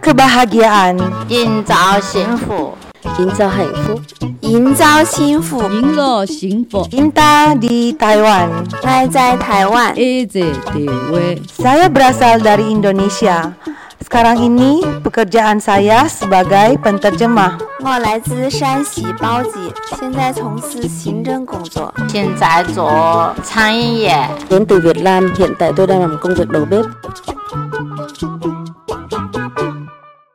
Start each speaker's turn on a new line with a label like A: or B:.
A: kebahagiaan,
B: 营造幸福，
C: 营造幸福。
D: 赢了幸福
A: cinta di Taiwan.
C: 爱在台湾，
D: ，A Z D W。
A: Saya berasal dari Indonesia. Sekarang ini pekerjaan saya sebagai penterjemah.
C: 我来自山西宝鸡，现在从事行政工作。
B: 现在做餐饮业，
E: Đến từ Việt Nam, hiện tại tôi đang làm công việc đầu bếp.